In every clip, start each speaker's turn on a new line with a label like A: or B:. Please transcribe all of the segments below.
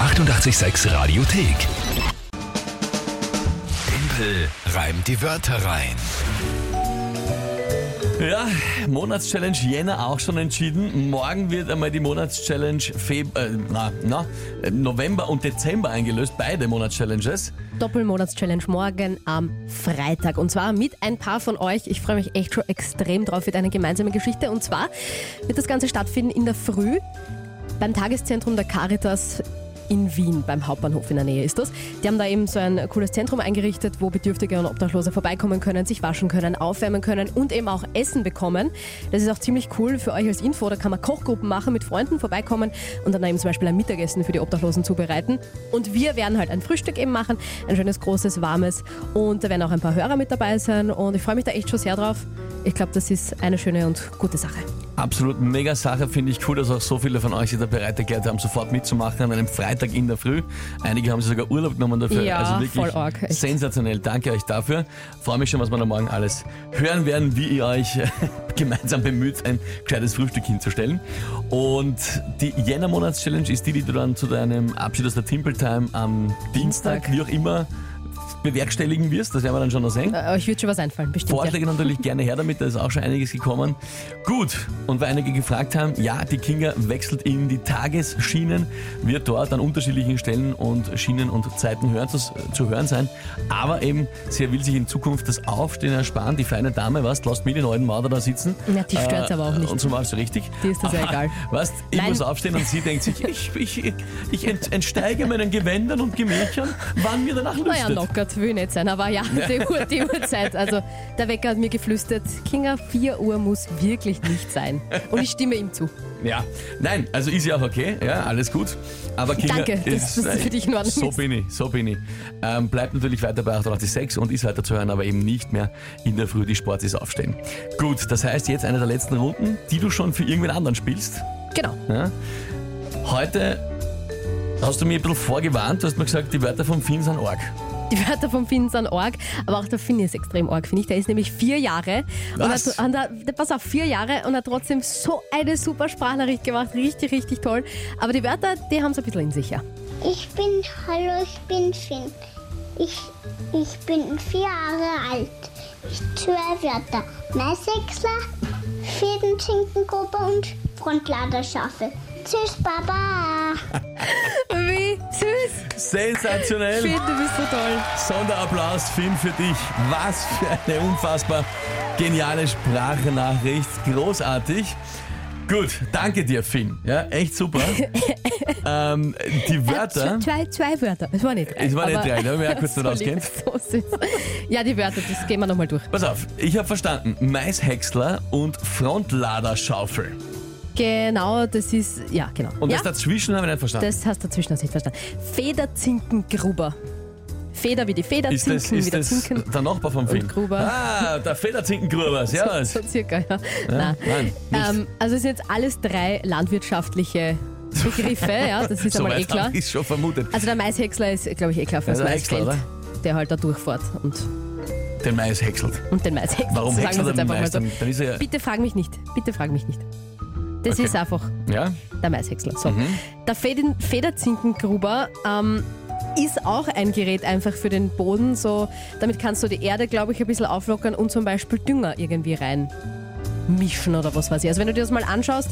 A: 886 Radiothek. Tempel reimt die Wörter rein.
B: Ja, Monatschallenge Jänner auch schon entschieden. Morgen wird einmal die Monatschallenge Feb äh, na, na, äh, November und Dezember eingelöst, beide Monatschallenges.
C: Doppelmonatschallenge morgen am Freitag. Und zwar mit ein paar von euch. Ich freue mich echt schon extrem drauf. Wird eine gemeinsame Geschichte. Und zwar wird das Ganze stattfinden in der Früh beim Tageszentrum der Caritas in Wien, beim Hauptbahnhof in der Nähe ist das. Die haben da eben so ein cooles Zentrum eingerichtet, wo Bedürftige und Obdachlose vorbeikommen können, sich waschen können, aufwärmen können und eben auch Essen bekommen. Das ist auch ziemlich cool für euch als Info. Da kann man Kochgruppen machen, mit Freunden vorbeikommen und dann eben zum Beispiel ein Mittagessen für die Obdachlosen zubereiten. Und wir werden halt ein Frühstück eben machen, ein schönes, großes, warmes. Und da werden auch ein paar Hörer mit dabei sein und ich freue mich da echt schon sehr drauf. Ich glaube, das ist eine schöne und gute Sache.
B: Absolut mega Sache, finde ich cool, dass auch so viele von euch sich da bereit erklärt haben, sofort mitzumachen an einem Freitag in der Früh. Einige haben sich sogar Urlaub genommen dafür.
C: Ja,
B: also wirklich
C: voll arg, echt.
B: sensationell. Danke euch dafür. Freue mich schon, was wir da morgen alles hören werden, wie ihr euch gemeinsam bemüht, ein gescheites Frühstück hinzustellen. Und die Jänner Monats Challenge ist die, die du dann zu deinem Abschied aus der Timple Time am Dienstag,
C: Dienstag.
B: wie auch immer, bewerkstelligen wirst. Das werden wir dann schon noch sehen.
C: Äh, Euch wird schon was einfallen, bestimmt. Ja.
B: Vorschläge natürlich gerne her damit, da ist auch schon einiges gekommen. Gut, und weil einige gefragt haben, ja, die Kinga wechselt in die Tagesschienen, wird dort an unterschiedlichen Stellen und Schienen und Zeiten hören, zu, zu hören sein. Aber eben, sie will sich in Zukunft das Aufstehen ersparen. Die feine Dame, was, lasst mir den alten Mauder da sitzen. Äh,
C: Na, die stört's aber auch nicht.
B: Und so machst du richtig.
C: Dir ist das ja
B: Aber,
C: egal.
B: Weißt, ich
C: Nein.
B: muss aufstehen und sie denkt sich, ich, ich, ich ent, entsteige meinen Gewändern und Gemächern, wann mir danach lustet.
C: Naja, lockert will ich nicht sein, aber ja, die, Uhr, die Uhrzeit. Also der Wecker hat mir geflüstert, Kinga, 4 Uhr muss wirklich nicht sein. Und ich stimme ihm zu.
B: Ja, nein, also ist ja auch okay, ja, alles gut. Aber Kinga,
C: Danke, dass das für dich in Ordnung
B: So
C: ist.
B: bin ich, so bin ich. Ähm, bleibt natürlich weiter bei 886 und ist weiter zu hören, aber eben nicht mehr in der Früh, die Sport ist aufstehen. Gut, das heißt jetzt eine der letzten Runden, die du schon für irgendwen anderen spielst.
C: Genau.
B: Ja? Heute hast du mir ein bisschen vorgewarnt, du hast mir gesagt, die Wörter vom Finn sind arg.
C: Die Wörter vom Finn sind arg, aber auch der Finn ist extrem arg, finde ich. Der ist nämlich vier Jahre.
B: Was?
C: Und hat, und hat, der- pass auf, vier Jahre und hat trotzdem so eine super Sprachnachricht gemacht. Richtig, richtig toll. Aber die Wörter, die haben es ein bisschen in sich, ja.
D: Ich bin, hallo, ich bin Finn. Ich, ich bin vier Jahre alt. Ich zwei Wörter. Messexler, Fädenschinkengruppe und Frontladerschaufel. Tschüss, Baba.
C: Wie süß.
B: Sensationell!
C: Finn, du bist so toll.
B: Sonderapplaus, Finn, für dich. Was für eine unfassbar geniale Sprachnachricht. Großartig. Gut, danke dir, Finn. Ja, echt super. ähm, die
C: Er hat
B: Wörter.
C: zw- Zwei, zwei Wörter. Es war nicht drei.
B: Es waren nicht
C: aber-
B: drei, da haben wir ja kurz nicht
C: So
B: ausgekannt.
C: lieb, So süß. Ja, die Wörter, das gehen wir nochmal durch.
B: Pass auf, ich habe verstanden. Maishäcksler und Frontladerschaufel.
C: Genau, das ist. Ja, genau.
B: Und
C: ja,
B: das dazwischen haben wir nicht verstanden.
C: das hast du dazwischen noch nicht verstanden. Federzinkengruber. Feder wie die Feder,
B: ist das,
C: Zinken wie
B: ist
C: der
B: das
C: Zinken.
B: der Nachbar vom Finn?
C: Gruber.
B: Ah, der Federzinkengruber. Servus.
C: So circa, ja. Nein.
B: Nein, also- nicht.
C: Ähm, also es sind jetzt alles drei landwirtschaftliche Begriffe, ja, das ist
B: so
C: einmal eh
B: weit
C: klar.
B: habe ich schon vermutet.
C: Also der Maishäcksler ist, glaube ich, eh klar fürs
B: Ja, der
C: Maisfeld,
B: Häcksler,
C: der halt da durchfährt und,
B: Den Mais häckselt.
C: und den Mais häckselt.
B: Warum
C: sagen wir's
B: häckselt er
C: jetzt
B: den
C: einfach mal
B: Mais?
C: so.
B: Dann, dann ist er
C: Bitte frag mich nicht. Bitte frag mich nicht. Das
B: Okay.
C: ist einfach
B: ja.
C: der Maishäcksler. So.
B: Mhm.
C: Der Fedin- Federzinkengruber ähm, ist auch ein Gerät einfach für den Boden. So, damit kannst du die Erde, glaube ich, ein bisschen auflockern und zum Beispiel Dünger irgendwie rein mischen oder was weiß ich. Also wenn du dir das mal anschaust,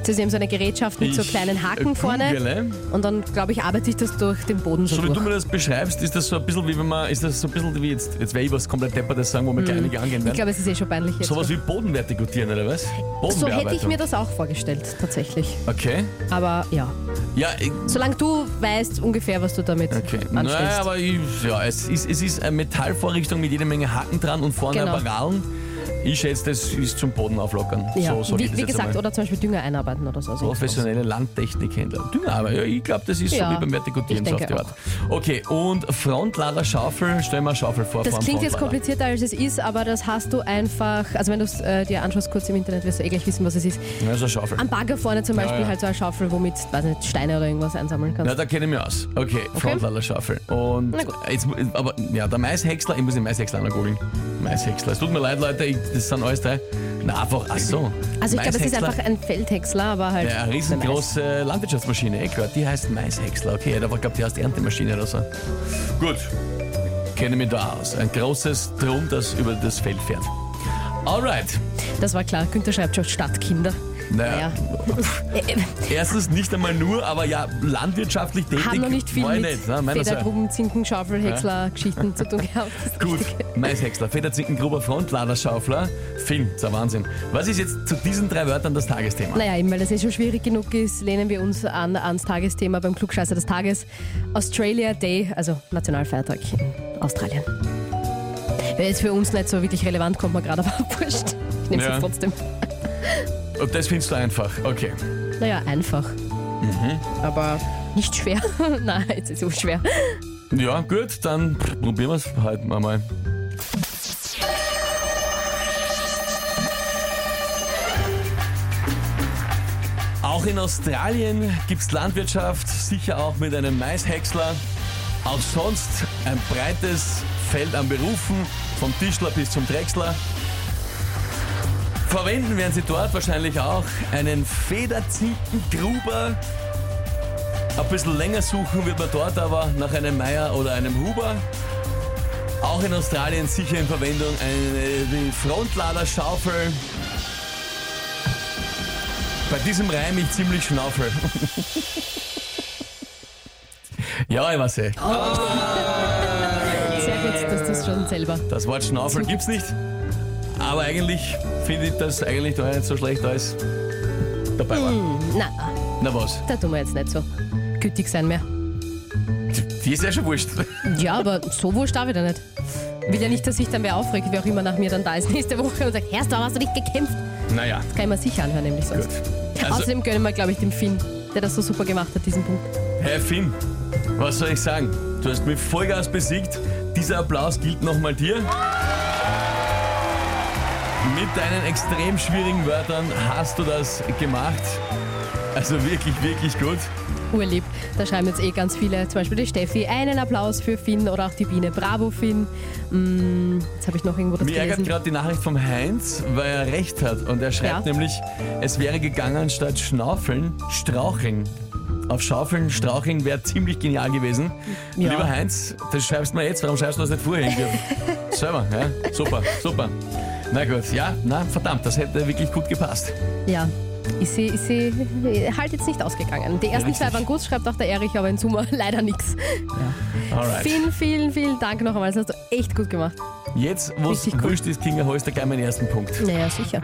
C: das ist eben so eine Gerätschaft mit so
B: Ich,
C: kleinen Haken
B: äh,
C: vorne.
B: google.
C: Und dann, glaube ich, arbeitet sich das durch den Boden so,
B: So wie du
C: durch.
B: mir das beschreibst, ist das so ein bisschen wie wenn man, ist das so ein bisschen wie jetzt, jetzt wäre ich was komplett deppertes sagen, wo wir gleich einige angehen
C: Mhm. Ich
B: werden.
C: glaube, es ist eh schon peinlich jetzt.
B: Sowas wie Bodenvertikutieren, oder was?
C: so hätte ich
B: Bodenbearbeitung.
C: mir das auch vorgestellt, tatsächlich.
B: Okay.
C: Aber ja.
B: Ja, ich,
C: Solange du weißt ungefähr, was du damit
B: okay.
C: anstellst.
B: Naja, aber ich, ja, es ist, es ist eine Metallvorrichtung mit jede Menge Haken dran und vorne
C: Genau.
B: ein paar Rallen. Ich schätze, das ist zum Boden auflockern.
C: ja.
B: So, so geht
C: wie,
B: es
C: wie
B: jetzt
C: gesagt,
B: einmal.
C: oder zum Beispiel Dünger einarbeiten oder so. Also
B: Professionelle Landtechnikhändler. Düngerarbeiter. Ja, ich glaube, das ist
C: Ja,
B: so wie beim Vertikutieren
C: ich
B: so auf
C: denke
B: die Art. Okay, und Frontlader-Schaufel, stell mal Schaufel vor.
C: Das
B: vor einem
C: klingt jetzt
B: Frontlader.
C: komplizierter, als es ist, aber das hast du einfach, also wenn du es äh, dir anschaust kurz im Internet, wirst du eh gleich wissen, was es ist.
B: Ja, so eine Schaufel.
C: Am Bagger vorne zum Beispiel
B: ja.
C: halt so eine Schaufel, womit, weiß nicht, Steine oder irgendwas einsammeln kannst.
B: Na, da kenne ich mich aus. Okay, Frontladerschaufel. Und
C: Na gut.
B: jetzt, mu- aber ja, der Maishäcksler, ich muss den Maishäcksler noch googeln. Maishäcksler. Es tut mir leid, Leute, ich, das sind alles drei. Na, einfach, ach so.
C: Also ich glaube, es ist
B: Maishäcksler.
C: einfach ein Feldhäcksler, aber halt.
B: Ja, eine riesengroße Landwirtschaftsmaschine, eh gehört. Die heißt Maishäcksler. Okay, ich hätte einfach gehabt, die heißt Erntemaschine oder so. Gut, kenne mich da aus. Ein großes Drum, das über das Feld fährt. Alright.
C: Das war klar. Günther schreibt schon Stadtkinder.
B: Naja,
C: Äh, äh,
B: erstens nicht einmal nur, aber ja, landwirtschaftlich tätig.
C: haben noch nicht viel
B: war ich
C: mit
B: nicht, ne? Meiner Sache.
C: Federgruben, Zinken, Schaufel, Häcksler, Geschichten zu tun gehabt.
B: Gut, Maishäcksler, Federzinken, grober Front, Laderschaufler, Film, ist ein Wahnsinn. Was ist jetzt zu diesen drei Wörtern das Tagesthema?
C: Naja, eben weil das eh schon schwierig genug ist, lehnen wir uns an ans Tagesthema beim Klugscheißer des Tages. Australia Day, also Nationalfeiertag in Australien. Wäre jetzt für uns nicht so wirklich relevant, kommt man gerade aber wurscht. Ich nehme es
B: Ja.
C: jetzt trotzdem.
B: Und das findest du einfach, okay.
C: Naja, einfach. Aber nicht schwer. Nein, jetzt ist es so schwer.
B: Ja, gut, dann pr- probieren wir es halt einmal. Auch in Australien gibt's Landwirtschaft, sicher auch mit einem Maishäcksler. Auch sonst ein breites Feld an Berufen, vom Tischler bis zum Drechsler. Verwenden werden sie dort wahrscheinlich auch einen Federzinkengruber, ein bisschen länger suchen wird man dort aber nach einem Meier oder einem Huber. Auch in Australien sicher in Verwendung eine die Frontladerschaufel. Bei diesem Reim ich ziemlich schnaufel. ja, ich weiß eh.
C: Sehr gut, dass das schon selber.
B: Das Wort Schnaufel gibt's nicht. Aber eigentlich finde ich das eigentlich doch nicht so schlecht als dabei war.
C: Na,
B: Na was?
C: da tun wir jetzt nicht so gütig sein mehr.
B: Die ist ja schon wurscht.
C: Ja, aber so wurscht darf ich da nicht. Will ja nicht, dass sich dann wer aufregt, wer auch immer nach mir dann da ist nächste Woche und sagt, Herr, warum hast du nicht gekämpft?
B: Naja.
C: Das kann ich mir sicher anhören, nämlich sonst.
B: Also-
C: Außerdem gönnen wir, glaube ich, dem Finn, der das so super gemacht hat, diesen Punkt.
B: Hey Finn, was soll ich sagen? Du hast mich Vollgas besiegt. Dieser Applaus gilt nochmal dir. Mit deinen extrem schwierigen Wörtern hast du das gemacht. Also wirklich, wirklich gut.
C: Urlieb. Da schreiben jetzt eh ganz viele, zum Beispiel die Steffi, einen Applaus für Finn oder auch die Biene. Bravo, Finn. Mm, jetzt habe ich noch irgendwo das
B: Mir ärgert
C: gelesen.
B: gerade die Nachricht vom Heinz, weil er recht hat. Und er schreibt
C: Ja.
B: nämlich, es wäre gegangen statt Schnaufeln, Straucheln. Auf Schaufeln, Straucheln wäre ziemlich genial gewesen.
C: Ja.
B: Lieber Heinz, das schreibst du mir jetzt, warum schreibst du das nicht vorher hin? Selber, ja? Super, super. Na gut, ja, na verdammt, das hätte wirklich gut gepasst.
C: Ja. Ist sie, ist sie halt jetzt nicht ausgegangen. Die ersten
B: Richtig.
C: zwei waren gut, schreibt auch der Erich, aber in Summe leider nichts.
B: Alright.
C: Vielen, vielen, vielen Dank noch einmal. Das hast du echt gut gemacht.
B: Jetzt, wo es
C: Richtig cool.
B: wurscht ist, Kinga, holst du gleich meinen ersten Punkt.
C: Naja, sicher.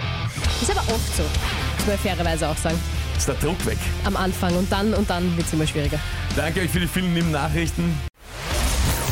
C: Ist aber oft so. Muss man fairerweise auch sagen.
B: Ist der Druck weg.
C: Am Anfang und dann und dann wird es immer schwieriger.
B: Danke euch für die vielen lieben Nachrichten.